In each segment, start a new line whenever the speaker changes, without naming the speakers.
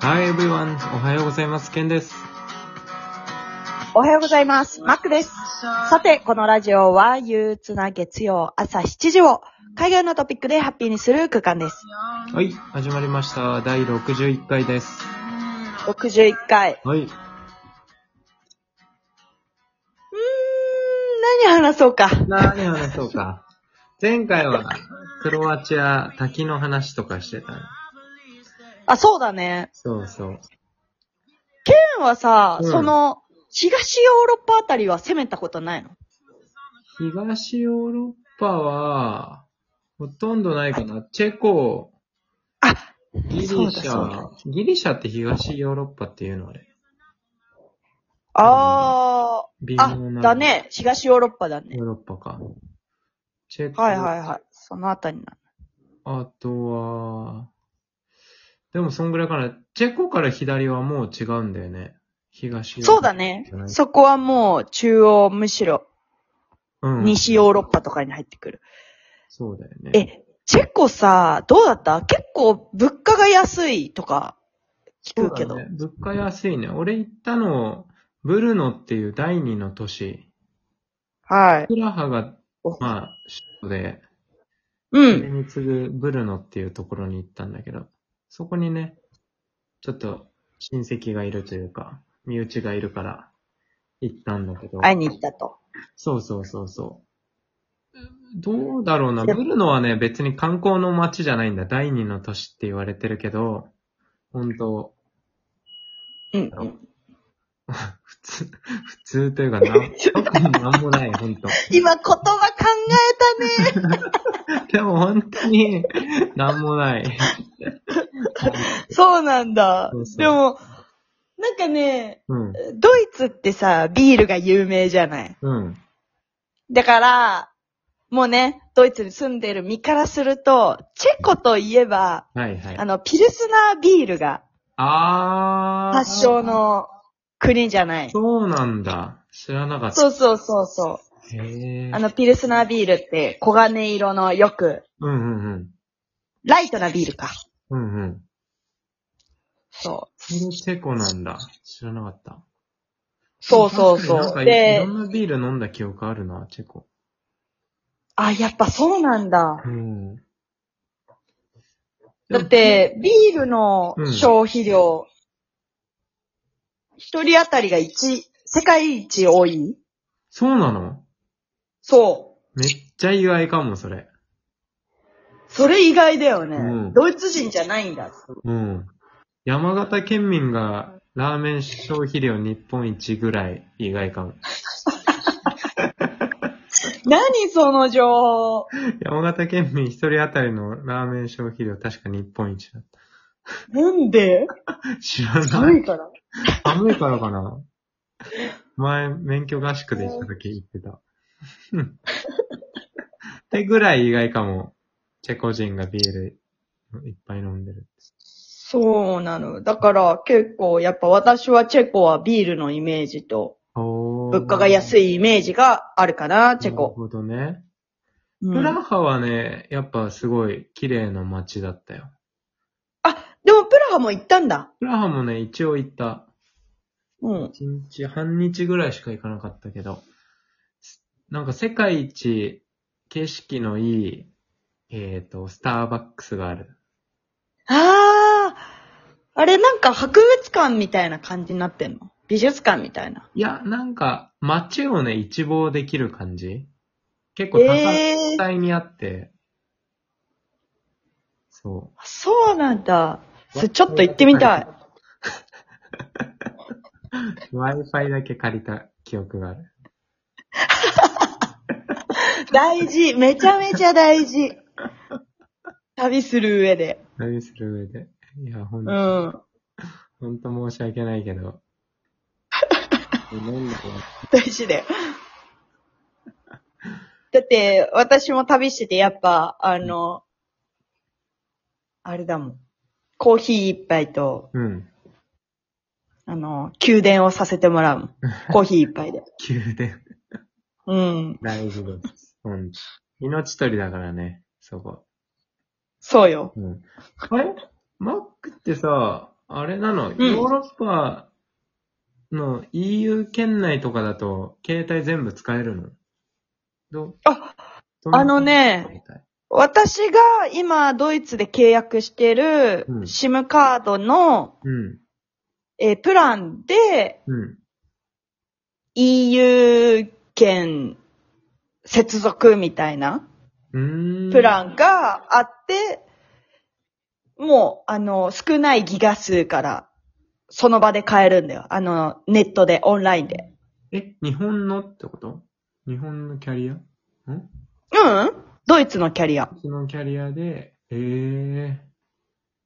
Hi everyone! おはようございます。ケンです。
おはようございます。マックです。さて、このラジオは憂鬱な月曜朝7時を海外のトピックでハッピーにする空間です。
はい、始まりました。第61回です。
61回。
はい。
うーん、何話そうか。
何話そうか。前回は、クロアチア、滝の話とかしてたの。
あ、そうだね。
そうそう。
ケンはさ、
うん
その、東ヨーロッパあたりは攻めたことないの
東ヨーロッパは、ほとんどないかな。チェコ、
あ
ギリシ
そうだそう
ャ
だ、
ギリシャって東ヨーロッパっていうのあれ。
あ
微
ー、あ
妙、な。
だ。ね。東ヨーロッパだね。
ヨーロッパか。チェコ、
はいはいはい。そのあたりなの。
あとは、でもそんぐらいかな。チェコから左はもう違うんだよね。東。
そうだ。ね。そこはもう中央、むしろ
うん。
西ヨーロッパとかに入ってくる。
そうだよね。
え、チェコさ、どうだった結構物価が安いとか聞
そう
くけど。
だね。物価安いね。俺行ったの、ブルノっていう第二の都市。
はい。
プラハが
お、
まあ、首都で、
う
それ
ん。
に次ぐブルノっていうところに行ったんだけど、そこにね、ちょっと親戚がいるというか、身内がいるから、行ったんだけど。
会いに行ったと。
そうそうそうそう。どうだろうな。
で
ブルノはね、別に観光の街じゃないんだ。第二の都市って言われてるけど、本当
うんうん。
普通、 普通というかな、特になんもない、本当
今言葉考えたね。
でも本当に、なんもない。
そうなんだ
そうそ。う
でも、なんかね、
うん、
ドイツってさ、ビールが有名じゃない。
うん、
だから、もうね、ドイツに住んでる身からすると、チェコといえば、
はいはい
あ。の、ピルスナービールが
あー。
発祥。の国じゃない。
そうなんだ。知らなかった。
そうそうそうそう。
へえ。
あの、ピルスナービールって、黄金色のよく、
うんうんうん。
ライトなビールか。
うんうん。
そう。
それチェコなんだ。知らなかった。
そうそう
なん
そ
か
う。
いいろ
で
ん、なビール飲んだ記憶あるな、チェコ。
あ、やっぱそうなんだ。
うん。
だっ、て、ビールの消費量、一、人当たりが一、世界一多い
そうなの
そ
めっちゃ意外かも、それ。
う。それ意外だよね。
うん
ドイツ人じゃないんだ。
うん。山形県民がラーメン消費量日本一ぐらい意外かも。
何その情報。
山形県民一人当たりのラーメン消費量確か日本一だっ
なんで
た。知らな
寒
い。
いから。
寒いからかな。前、免許合宿で行った時言ってた。うんってぐらい意外かも。チェコ人がビールいっぱい飲んでる。
そうなの。だから結構やっぱ私はチェコはビールのイメージと
お
物価が
い。
安いイメージがあるかな、チ
な
ェ
る
コ。
ほどね。
うん
プラハはね、やっぱすごい綺麗な街だったよ。
でもプラハも行ったんだ。
プラハもね、一応行った。
うん。
一日、半日ぐらいしか行かなかったけど、すなんか世界一景色のいい、えっ、と、スターバックスがある。
あー。あれなんか博物館みたいな感じになってんの美術館みたいな。
いや、なんか街をね、一望できる感じ結構高い
えー。
帯にあって、そう。
そうなんだ。それちょっと行ってみたい。
Wi-Fi だけ借りた記憶がある。
大事。めちゃめちゃ大事。旅する上で。
何する上で。いや、ほん
う
と、
ん。
ほんと申し訳ないけ ど。なんだこ
大事だよ。だって、私も旅してて、やっぱ、あの、あれだもん。コーヒー一杯と、
れうん。
あの、給電をさせてもらうも ん。コーヒー一杯で。
宮殿。
うん。
大丈夫です。うん。命取りだからね、そこ。
そうよ。
うん。あれマックってさ、あれなの、ヨーロッパの EU 圏内とかだと、携帯全部使えるのど
あ、
どんな
あのね、私が今、ドイツで契約してる
うん、
SIM カードの、
うん、
えープランで、
うん。
EU 圏接続みたいな
うーん。
プランがあって、もう、あの、少ないギガ数から、その場で買えるんだよ。あの、ネットで、オンラインで。
え、日本のってこと日本のキャリアん
ううんドイツのキャリア。
そのキャリアで、えー、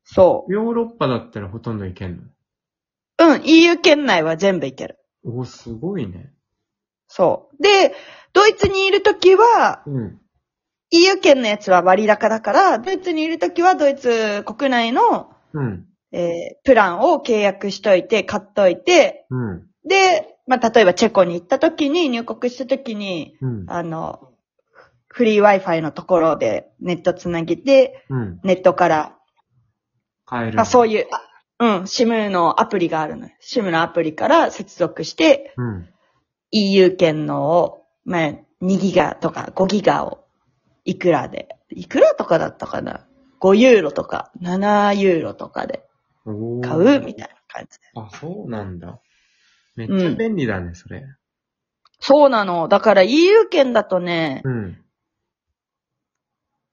そ
ヨーロッパだったらほとんどいけんの
う。うん、EU 圏内は全部いける。
おー、すごいね。
そう。で、ドイツにいるときは、
うん。
EU 圏のやつは割高だから、ドイツにいるときはドイツ国内の、
うん。
えープランを契約しといて、買っといて、
うん。
で、まあ、例えばチェコに行ったときに、入国したときに、
うん。
あの、フリー Wi-Fi のところでネットつなげて、
うん。
ネットから、
買える。
あそう
いう。
いう、あうん、SIM のアプリがあるのよ。SIM のアプリから接続して、
うん。
EU 圏のを、まあ、2ギガとか5ギガを、いくらで、いくらとかだったかな ?5 ユーロとか、7ユーロとかで
おー
買うみたいな感じ。
あ、そうなんだ。めっちゃ便利だね、それ。
そうなの。だから EU 圏だとね
う、ん。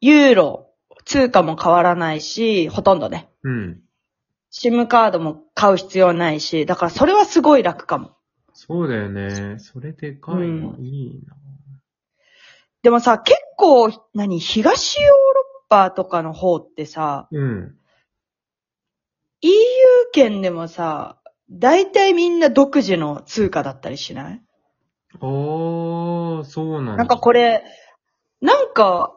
ユーロ、通貨も変わらないし、ほとんどね。
うん。
シムカードも買う必要ないし、だからそれはすごい楽かも。
そうだよね。それでかいな。
うん
いいな。
でもさ、結構、何、東ヨーロッパとかの方ってさ、
うん。
EU 圏でもさ、大体みんな独自の通貨だったりしない
おー、そうなんだ。
なんかこれ、なんか、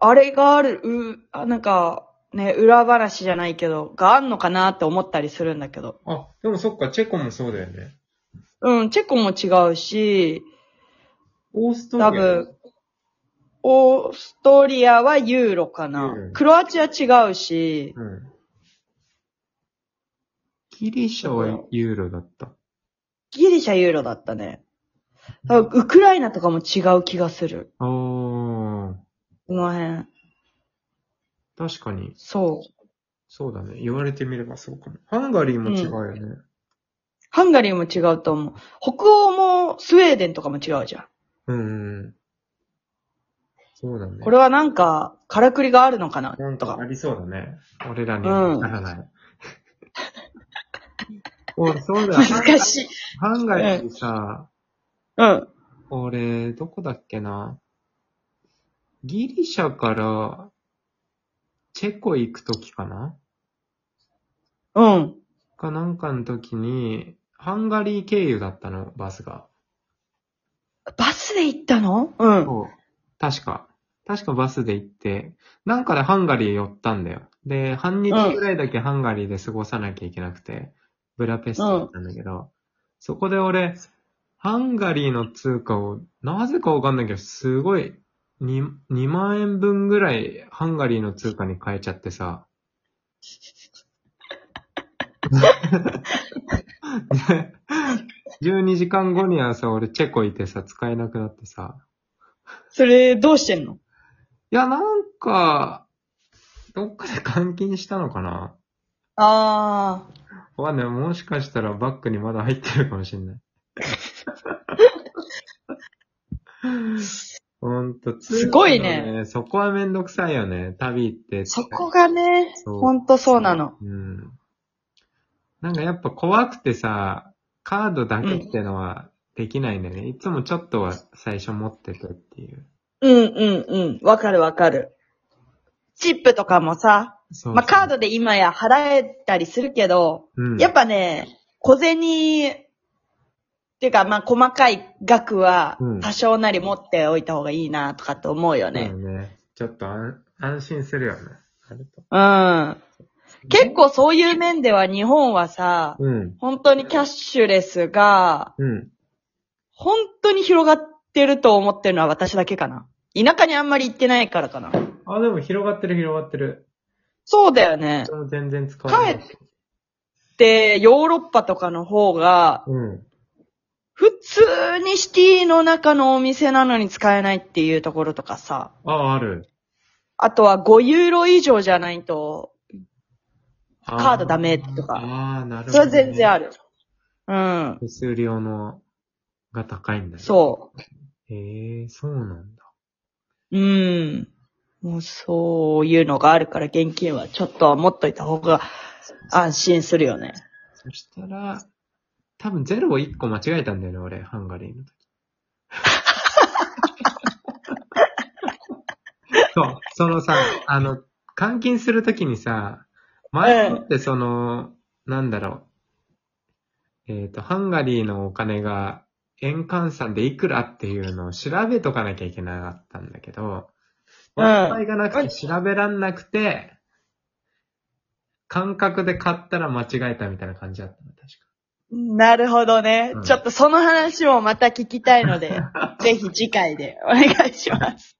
あれがある、う、あなんか、ね、裏話じゃないけど、があんのかなって思ったりするんだけど。
あ、でもそっか、チェコもそうだよね。
うん、チェコも違うし、
オーストリア。
多分、オーストリアはユーロかな
ユーロ。
クロアチア違うし、
うん。ギリシャはユーロだった。
ギリシャユーロだったね。多分ウクライナとかも違う気がする。
あー、
この辺。
確かに、
そう。
そうだね。言われてみればそうかも。ハンガリーも違うよね。
ハンガリーも違うと思う。北欧もスウェーデンとかも違うじゃん。
うん。うん、そうだね。
これはなんか、からくりがあるのかな
なん
と
か
か
あ。りそうだね。俺らにはわからない。 おそうだ。
難しい。
ハンガリーさ、
うん。
俺、どこだっけな。ギリシャから、チェコ行くときかな
うん。
かなんかのときに、ハンガリー経由だったの、バスが。
バスで行ったのうん。
そう。確か。確かバスで行って、なんかでハンガリー寄ったんだよ。で、半日ぐらいだけハンガリーで過ごさなきゃいけなくて、ブダペストだったんだけど、そこで俺、ハンガリーの通貨を、なぜかわかんないけど、すごい、2, 2万円分ぐらいハンガリーの通貨に変えちゃってさ。で12時間後にはさ、俺チェコいてさ、使えなくなってさ。
それ、どうしてんの
いや、なんか、どっかで監禁したのかな
あー。
わかんない。もしかしたらバッグにまだ入ってるかもしれ ない。ほんと、
すごいね
通貨の。そこはめんどくさいよね。旅行って。
そこがね、
そう
ほんとそうなの。
うん。なんかやっぱ怖くてさ、カードだけってのはできないんだよね。いつもちょっとは最初持っててっていう。
うんうんうん。わかるわかる。チップとかもさ、
そうそう
まあ、カードで今や払えたりするけど、
うん。
やっぱね、小銭、っていうか、まあ、細かい額は
うん、
多少なり持っておいた方がいいな、とかって思うよね
そ。うね。ちょっと安安心するよね。あると。
うん。結構そういう面では日本はさ、
うん。
本当にキャッシュレスが、
うん。
本当に広がってると思ってるのは私だけかな。田舎にあんまり行ってないからかな。
あ、でも広がってる広がってる。
そうだよね。
その全然使わない。
帰って、ヨーロッパとかの方が、
うん。
普通にシティの中のお店なのに使えないっていうところとかさ。
ああ、ある。
あとは5ユーロ以上じゃないと、
あ
カードダメとか。
ああ、なるほど、ね。
それは全然ある。うん。
手数料の、が高いんだよ。。
そう
へえそうなんだ。
う。うん。もうそういうのがあるから現金はちょっとは持っといた方が安心するよね。
そしたら、多分ゼロを1個間違えたんだよね、俺、ハンガリ ーの時。そう、そのさ、あの、換金するときにさ、前もってその、なんだろう。えっ、と、ハンガリーのお金が円換算でいくらっていうのを調べとかなきゃいけなかったんだけど、
うん
問いがなくて調べらんなくて、感覚で買ったら間違えたみたいな感じだったの、確か。
なるほどね、
うん
ちょっとその話もまた聞きたいの で、ぜひ次回でお願いします。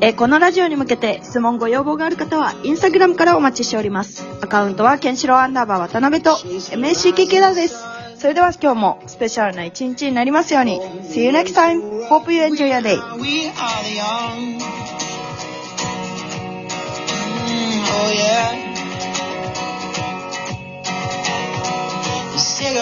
えーこのラジオに向けて質問ご要望がある方は、インスタグラムからお待ちしております。アカウントは、ケンシロウアンダーバー渡辺と、MACKK だです。それでは今日もスペシャルな一日になりますように。See you next time. Hope you enjoy your day.
We are the young. Mm, oh yeah.